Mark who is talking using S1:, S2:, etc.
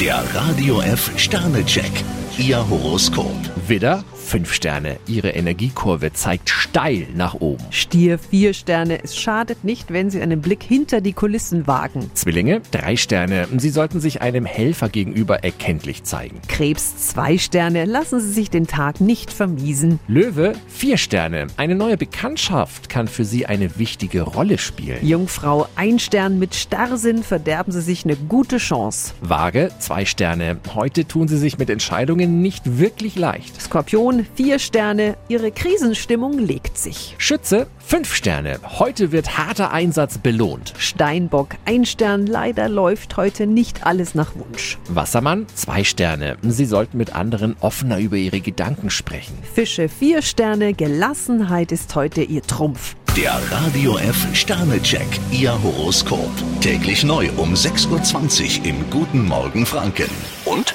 S1: Der Radio F Sternecheck. Ihr Horoskop.
S2: Widder, 5 Sterne. Ihre Energiekurve zeigt steil nach oben.
S3: Stier, vier Sterne. Es schadet nicht, wenn Sie einen Blick hinter die Kulissen wagen.
S2: Zwillinge, 3 Sterne. Sie sollten sich einem Helfer gegenüber erkenntlich zeigen.
S3: Krebs, zwei Sterne. Lassen Sie sich den Tag nicht vermiesen.
S2: Löwe, 4 Sterne. Eine neue Bekanntschaft kann für Sie eine wichtige Rolle spielen.
S3: Jungfrau, ein Stern. Mit Starrsinn verderben Sie sich eine gute Chance.
S2: Waage, 2 Sterne. Heute tun Sie sich mit Entscheidungen nicht wirklich leicht.
S3: Skorpion, vier Sterne. Ihre Krisenstimmung legt sich.
S2: Schütze, 5 Sterne. Heute wird harter Einsatz belohnt.
S3: Steinbock, ein Stern. Leider läuft heute nicht alles nach Wunsch.
S2: Wassermann, 2 Sterne. Sie sollten mit anderen offener über Ihre Gedanken sprechen.
S3: Fische, vier Sterne. Gelassenheit ist heute Ihr Trumpf.
S1: Der Radio F Sternecheck. Ihr Horoskop. Täglich neu um 6.20 Uhr im Guten Morgen Franken. Und